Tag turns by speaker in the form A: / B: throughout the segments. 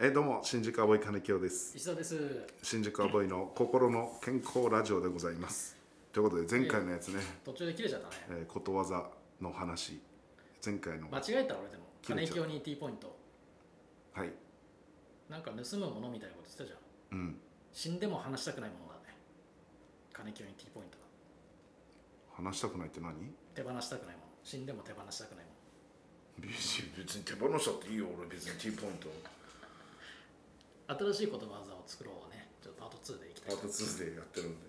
A: えどうも新宿アボイ金清です
B: 石田です。
A: 新宿アボイの心の健康ラジオでございますということで前回のやつね、
B: 途中で切れちゃったね。
A: えーことわざの話前回の
B: 間違えた俺でも。
A: 切れ
B: 金
A: ちゃった
B: 清に T ポイント。
A: はい
B: なんか盗むものみたいなこと言ってたじゃん。
A: うん
B: 死んでも話したくないものだね。金清に T ポイントだ。
A: 話したくないって何
B: 手放したくないもの。死んでも手放したくないも
A: 別に別に手放しちゃっていいよ俺別に T ポイント
B: の。新しいことわざを作ろうはね。ちょっとパート2でいきた
A: パ
B: い
A: ー
B: と
A: ト
B: 思います。
A: 2でやってるんで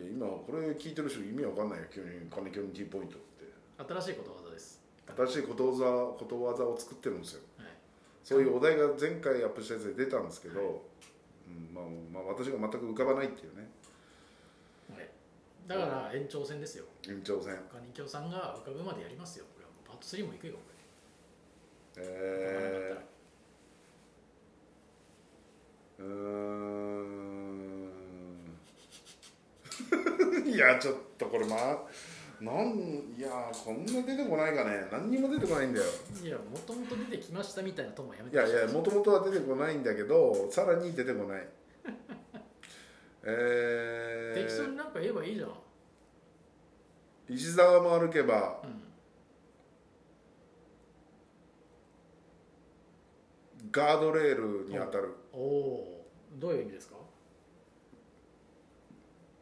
A: いや今これ聞いてる人意味わかんないよ急に金清に T ポイントって
B: 新しいことわざです。
A: 新しいことわざことわざを作ってるんですよ
B: はい。
A: そういうお題が前回アップしたやつで出たんですけど、
B: はい
A: うんまあ、まあ私が全く浮かばないっていうね
B: はいだから延長戦ですよ。
A: 延長戦
B: 金清さんが浮かぶまでやりますよ。これはもうパート3も行くよ。
A: え
B: これ
A: ー、うーん いやちょっとこれまなんいやこんな出てこないかね何にも出てこないんだよ
B: いや、もともと出てきましたみたいなともやめ
A: い
B: て
A: やい
B: ほし
A: やもともとは出てこないんだけどさらに出てこないえ
B: 適当になんか言えばいいじゃん。
A: ー、石沢も歩けば
B: うん。
A: ガードレールに当たる
B: おおーどういう意味ですか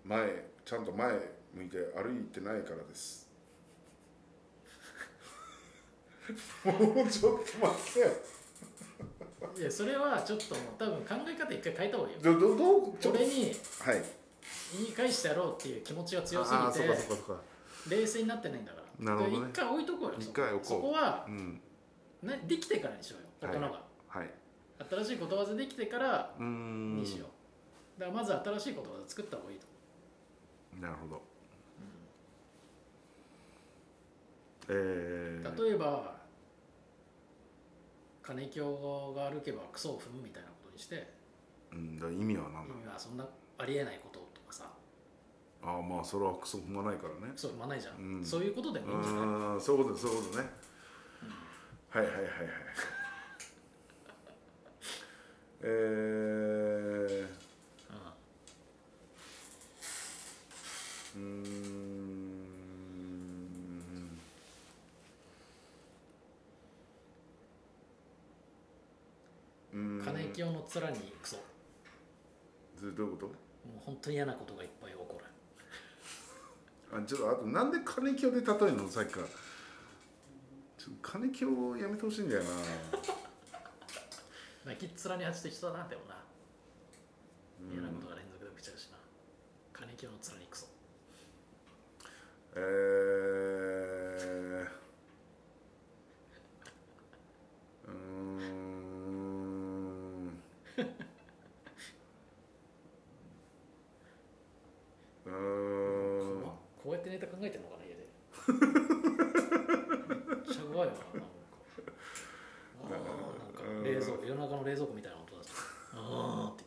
A: 前ちゃんと前向いて歩いてないからですもうちょっと待ってよ
B: いやそれはちょっともう多分考え方一回変えた方がいいよ
A: どどどうちょっ
B: 俺
A: と
B: に
A: はい
B: 言い返してやろうっていう気持ちが強す
A: ああ
B: ぎ
A: そうかそ
B: て
A: うかそうか
B: 冷静になってないんだから
A: なるほどね
B: だから一回置いとこうよ
A: 一回置こう
B: そこは
A: うん
B: なできてからにしようよ
A: はい
B: 大人が、
A: はい
B: 新しいことわざできてから
A: うーん
B: にしよう、だからまず新しいことわざ作った方がいいと
A: なるほど、えー、
B: 例えば金鏡が歩けばクソを踏むみたいなことにして
A: うんだから意味は何だ
B: 今そんなありえないこととかさ
A: ああまあそれはクソ踏まないからね
B: そう踏まないじゃ
A: う
B: ん、
A: ん
B: そういうことでもいいんじゃない
A: うんそういうことそういうことね、はいはいはいはいえー、うーんうーん
B: 金清の面にクソも
A: ずどういうこ
B: う本当に嫌なことがいっぱい起こる
A: とあちょっとあとなんで金清で例えるのさっきからちょっと金清をやめてほしいんだよな
B: 泣きっ面に蜂と一緒だなでもな嫌なことが連続で起きちゃうしな金清の面にクソ
A: えーうーんうーん
B: 怖っこうやってネタ考えてんのかな家でめっちゃ怖いわなんかあーなんか冷蔵庫夜中の冷蔵庫みたいな音だしああって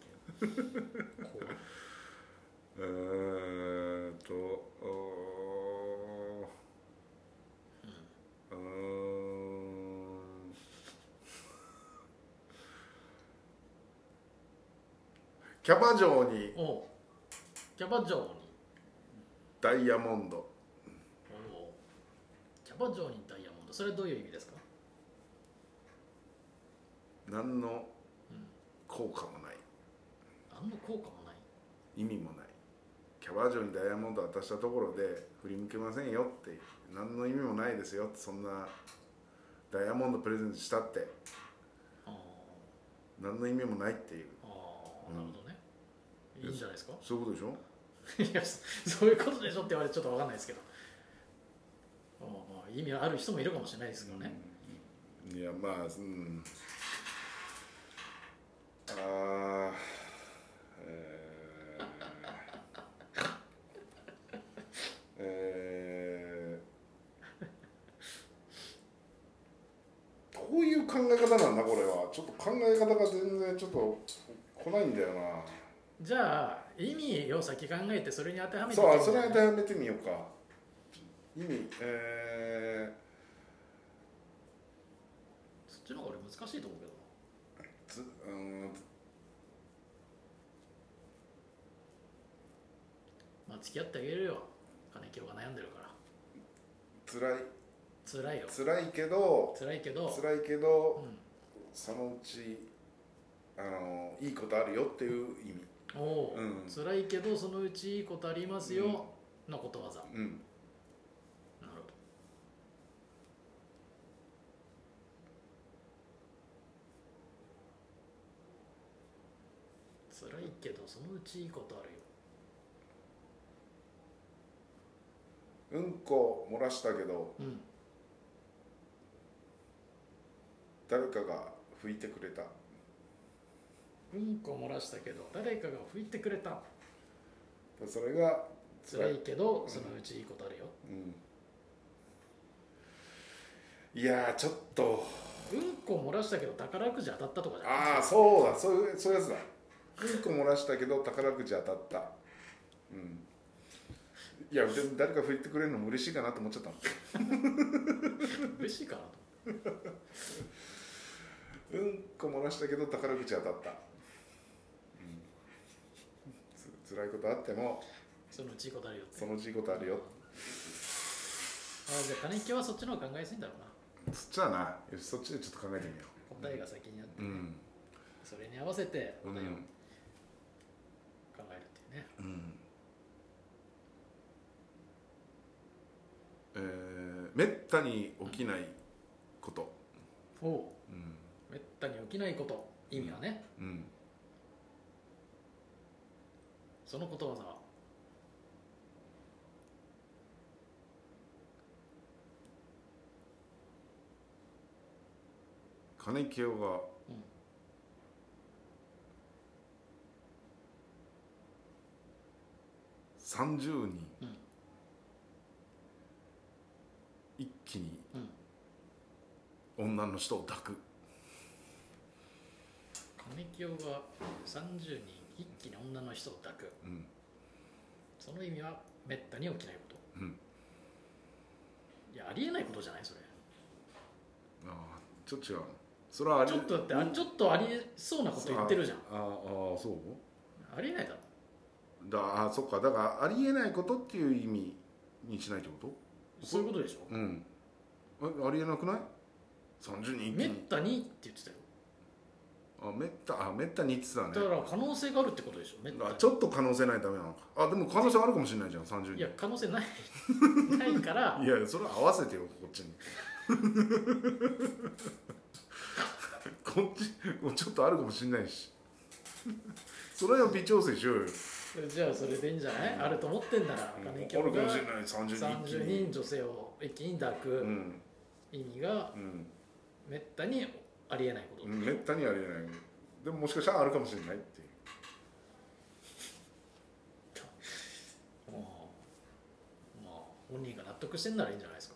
B: 聞こえる怖い
A: えーっとおーうーんキャバ嬢に
B: おうキャバ嬢に
A: ダイヤモンド
B: おうキャバ嬢にダイヤモンドそれどういう意味ですか
A: 何の効果もない
B: 何の効果もない
A: 意味もないキャバ嬢にダイヤモンド渡したところで振り向けませんよって何の意味もないですよってそんなダイヤモンドプレゼントしたって
B: あー
A: 何の意味もないっていう
B: あーなるほどね、いいんじゃないですか
A: そういうことでしょ
B: いやそういうことでしょって言われてちょっと分かんないですけどまあまあ意味ある人もいるかもしれないですけどね、
A: いやまあうんあーえーえーこういう考え方なんだこれはちょっと考え方が全然ちょっと来ないんだよな
B: じゃあ意味を先考えてそれに当てはめて
A: そう
B: い
A: あ
B: く
A: そ
B: んじ
A: れ
B: ゃ
A: は
B: ない
A: 当てはめてみようか意味え
B: そっちの方が俺難しいと思うけど
A: ー、ずうん
B: まあ付き合ってあげるよ金清が悩んでるから
A: 辛い
B: 辛いよ
A: 辛いけど
B: 辛いけど
A: 辛いけど
B: う
A: そのうちあのいいことあるよっていう意味
B: ん、おお、
A: うん
B: 辛いけどそのうちいいことありますよ、のことわざな
A: うん
B: るほど辛いけどそのうちいいことあるよ
A: うんこ漏らしたけど
B: うん
A: 誰かが拭いてくれた
B: うんこ漏らしたけど誰かが拭いてくれた
A: それが
B: 辛いけど、
A: うん
B: そのうちいいことあるよ
A: うんいやーちょっと
B: うんこ漏らしたけど宝くじ当たったとかじゃない
A: ああそうだそういうそういうやつだうんこ漏らしたけど宝くじ当たったうんいやでも誰か振ってくれるのも嬉しいかなと思っちゃったの
B: 嬉しいかなと
A: うんこ漏らしたけど宝くじ当たった、うん、つ辛いことあっても
B: そのうちいいことあるよって
A: そのうちいいことあるよ
B: あじゃあ金木はそっちの方が考えやすいんだろうな
A: そっちはなよしそっちでちょっと考えてみよ
B: 答えが先にあって、
A: ううん
B: それに合わせて
A: う
B: 答えを考
A: ん
B: えるっていうね、
A: うんえー、めったに起きないこと
B: おお
A: うん
B: うめったに起きないこと意味はね、
A: うん
B: そのことわざは
A: 金清が
B: うん
A: 30人
B: うん
A: 一気に
B: うん
A: 女の人を抱く
B: 金清が30人一気に女の人を抱く
A: うん
B: その意味はめったに起きないこと
A: うん
B: いやありえないことじゃないそれ
A: ああちょっと違うのそれはあれ
B: ちょっとだって、あちょっとありえそうなこと言ってるじゃん
A: あああそう
B: ありえないだろ
A: だあそっかだからありえないことっていう意味にしないってこ
B: そういうことでしょ
A: とうんあありえなくない ?30 人一
B: め
A: 気
B: っ
A: に
B: たにって言ってたよ
A: あめったあめったに言ってたね
B: だから可能性があるってことでしょめった
A: あ
B: に
A: ちょっと可能性ないとダメなのかあでも可能性あるかもしれないじゃん30人
B: いや可能性 ないないから
A: いやそれ合わせてよこっちにこっちもうちょっとあるかもしれないしそれは微調整しようよ
B: じゃあそれでいいんじゃない、あると思ってんなら
A: うんあ
B: 金
A: る
B: 木
A: かもしれ
B: が
A: ない30人一気
B: 30
A: に
B: 人女性を一気に抱
A: う
B: く
A: ん
B: 意味が
A: うん
B: めったにありえないこと、
A: めったにありえないでももしかしたらあるかもしれないっていう
B: まあまあ本人が納得してんならいいんじゃないですか、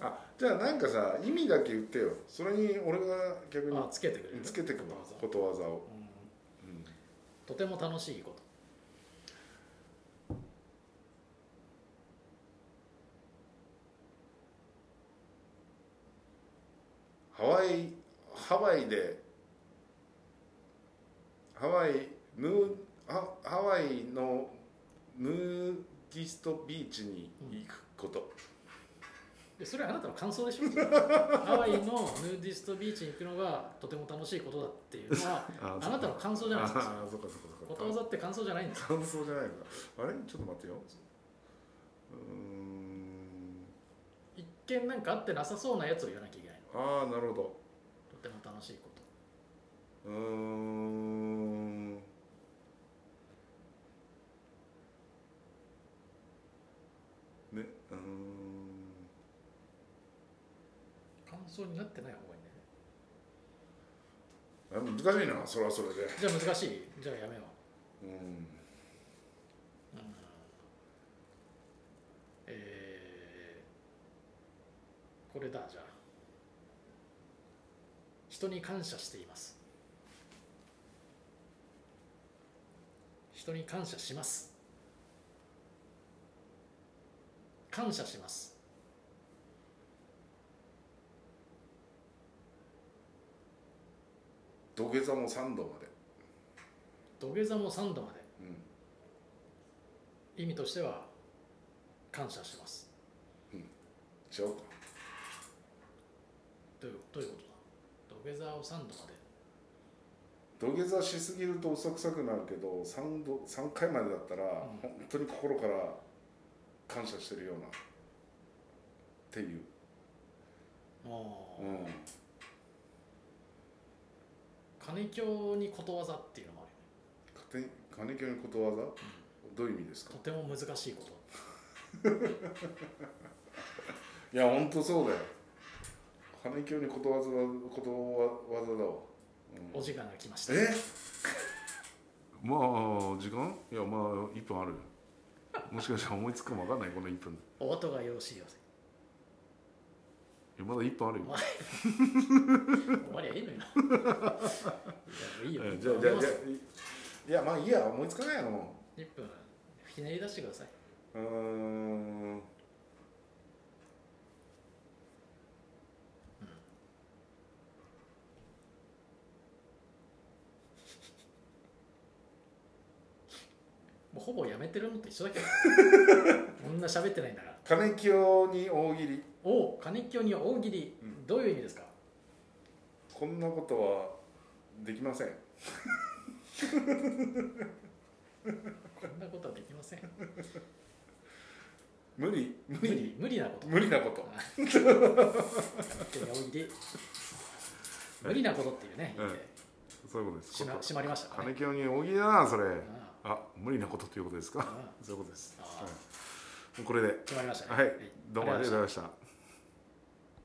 A: あじゃあなんかさ意味だけ言ってよそれに俺が逆に
B: あつけてくれる
A: つけてく
B: ことわざ
A: ことわざを、
B: うん
A: うん
B: とても楽しいこと
A: ハワイハワイでハワイムーハハワイのムーディストビーチに行くこと、
B: でそれはあなたの感想でしょ ハワイのヌーディストビーチに行くのがとても楽しいことだっていうのは
A: あ
B: あなたの感想じゃないですか
A: ああそっかそっかそっか
B: ことわざって感想じゃないんです
A: 感想じゃないのかあれちょっと待ってようーん
B: 一見なんかあってなさそうなやつを言わなきゃいけないの
A: ああなるほど
B: とても楽しいこと
A: うーんねうーん
B: 感想になってない方がいい
A: あ
B: ね
A: 難しいなそれはそれで
B: じゃあ難しいじゃあやめよう
A: うん
B: うんえー、これだじゃあ人に感謝しています人に感謝します感謝します
A: 土下座も3度まで、
B: 土下座も3度まで
A: うん、
B: 意味としては感謝してます
A: しようか
B: どういうどういうことだ土下座を3度まで
A: 土下座しすぎると嘘くさくなるけど 3, 度3回までだったら、
B: ん
A: 本当に心から感謝してるようなっていう、
B: もう、
A: うん、
B: 金京にことわざっていうのもあるよね
A: 勝手に金魚にことわざ、どういう意味ですか
B: とても難しいこと
A: いや本当そうだよ金魚にことわざだことわざだわ、うん
B: お時間が来ました
A: えまあ時間いやまあ1分あるよもしかしたら思いつくかも分かんないこの1分
B: お後がよろしいようで
A: いやまだ1分あるよ
B: 終わりゃいいの よいやいいよ
A: うんじゃあじゃあじゃあいやまあいいや思いつかないやろもう
B: 1分ひねり出してくださいう
A: ーん
B: もうほぼやめてるのと一緒だ けどこんな喋ってないんだから
A: 金清に大喜利
B: おお金京に大喜利、
A: うん
B: どういう意味ですか
A: こんなことはできません
B: こんなことはできません
A: 無理無
B: 無
A: 理
B: 理無理なこと
A: 無理なこと
B: 金京に大喜利無理なことっていうね言って、
A: そういうことです
B: しま
A: こと
B: しまりましたから
A: 金
B: ね
A: 清に大喜利だなそれ
B: あ
A: あ無理なことということです
B: あ
A: か
B: ああ
A: そういうことです
B: あ
A: は
B: あ
A: いもうこれで
B: 決まりましたね
A: はいどうもありがとうござい
B: ま
A: ました